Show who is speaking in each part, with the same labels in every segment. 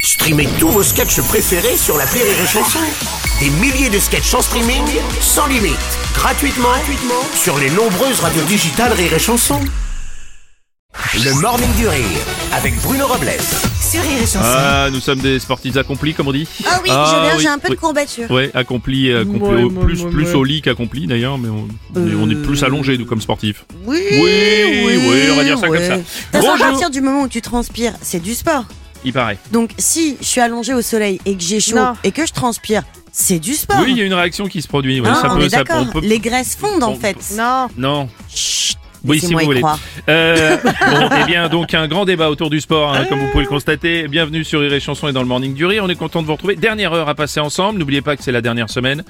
Speaker 1: Streamez tous vos sketchs préférés sur la Rire et Chanson. Des milliers de sketchs en streaming, sans limite, gratuitement, gratuitement sur les nombreuses radios digitales Rire et Chanson. Le morning du rire avec Bruno Robles.
Speaker 2: Sur Rire et Chanson.
Speaker 3: Ah, nous sommes des sportifs accomplis, comme on dit.
Speaker 2: Ah oui, je viens, j'ai un peu de courbature.
Speaker 3: Ouais, accomplis, euh, accomplis
Speaker 4: Ouais,
Speaker 3: au-
Speaker 4: ouais,
Speaker 3: plus,
Speaker 4: ouais,
Speaker 3: plus
Speaker 4: ouais. Euh.
Speaker 3: au lit qu'accomplis d'ailleurs, mais on, mais on est plus allongés, nous, comme sportifs.
Speaker 2: Oui,
Speaker 3: Oui, oui, on va dire ça comme ça.
Speaker 2: De toute façon, à
Speaker 3: Bonjour.
Speaker 2: partir du moment où tu transpires, c'est du sport.
Speaker 3: Il paraît.
Speaker 2: Donc, si je suis allongée au soleil et que j'ai chaud
Speaker 4: Non.
Speaker 2: et que je transpire, c'est du sport.
Speaker 3: Oui, il y a une réaction qui se produit. ouais,
Speaker 2: Hein,
Speaker 3: ça
Speaker 2: on
Speaker 3: peut,
Speaker 2: est
Speaker 3: ça peut-
Speaker 2: d'accord.
Speaker 3: on peut-
Speaker 2: Les graisses fondent en
Speaker 3: on-
Speaker 2: fait.
Speaker 4: Non.
Speaker 3: Non.
Speaker 2: Chut,
Speaker 3: Oui, si
Speaker 2: laissez-moi
Speaker 3: vous
Speaker 2: y
Speaker 3: voulez.
Speaker 2: croire.
Speaker 3: Euh, bon, eh bien, donc un grand débat autour du sport, hein, comme vous pouvez le constater. Bienvenue sur Rire et Chanson et dans le Morning du Rire. On est content de vous retrouver. Dernière heure à passer ensemble. N'oubliez pas que c'est la dernière semaine.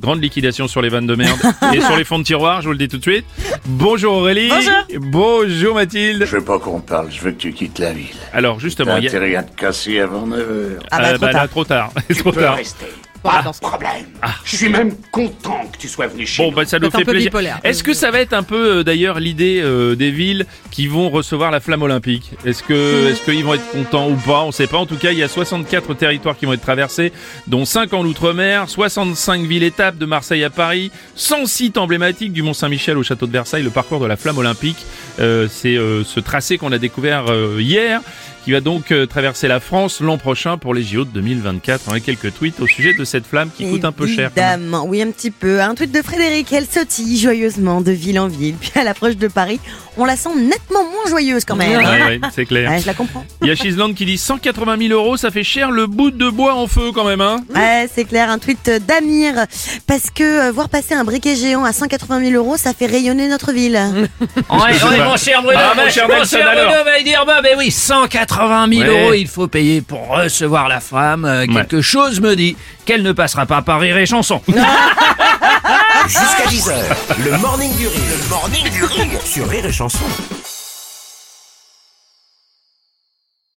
Speaker 3: Grande liquidation sur les vannes de merde et sur les fonds de tiroir. Je vous le dis tout de suite. Bonjour Aurélie. Bonjour. Bonjour Mathilde.
Speaker 5: Je veux pas qu'on parle, je veux que tu quittes la ville.
Speaker 3: Alors justement,
Speaker 5: T'as
Speaker 3: il y a-
Speaker 5: intérêt à te casser avant 9h.
Speaker 2: Ah bah,
Speaker 3: Euh,
Speaker 2: trop
Speaker 3: bah,
Speaker 2: tard.
Speaker 3: là, trop tard. trop
Speaker 6: peux
Speaker 3: tard.
Speaker 6: rester. Pas de problème. Je suis même content que tu sois venu chez
Speaker 3: Bon,
Speaker 6: nous.
Speaker 3: bah, ça nous
Speaker 4: Peut-être un
Speaker 3: fait
Speaker 4: peu
Speaker 3: plaisir.
Speaker 4: bipolaire.
Speaker 3: Est-ce que ça va être un peu, euh, d'ailleurs, l'idée euh, des villes qui vont recevoir la flamme olympique Est-ce que, est-ce qu'ils vont être contents ou pas On sait pas. En tout cas, il y a 64 territoires qui vont être traversés, dont 5 en Outre-mer, 65 villes étapes de Marseille à Paris, 100 sites emblématiques du Mont-Saint-Michel au Château de Versailles, le parcours de la flamme olympique. Euh, c'est euh, ce tracé qu'on a découvert euh, hier, qui va donc euh, traverser la France l'an prochain pour les JO de 2024. On a quelques tweets au sujet de cette flamme qui coûte un peu cher. quand même.
Speaker 2: Évidemment, oui, un petit peu. Un tweet de Frédéric, elle sautille joyeusement de ville en ville. Puis à l'approche de Paris, on la sent nettement moins joyeuse quand même. hein.
Speaker 3: Ouais, ouais, c'est clair.
Speaker 2: Ouais, je la comprends.
Speaker 3: Il y a Shizland qui dit 180 000 euros, ça fait cher le bout de bois en feu quand même, hein
Speaker 2: Ouais, c'est clair, un tweet d'Amir. Parce que euh, voir passer un briquet géant à 180 000 euros, ça fait rayonner notre ville.
Speaker 3: que
Speaker 7: Ouais,
Speaker 3: c'est
Speaker 7: ouais,
Speaker 3: pas-
Speaker 7: mon cher Bruno,
Speaker 3: Ah,
Speaker 7: mon
Speaker 3: mon cher Nelson, alors.
Speaker 7: Bruno va y dire, bah, ben oui, 180 000
Speaker 3: Ouais.
Speaker 7: euros il faut payer pour recevoir la femme. Euh, quelque chose me dit qu'elle ne passera pas par rire et chanson.
Speaker 1: Jusqu'à 10h, le morning du rire, le morning du rire sur Rire et Chanson.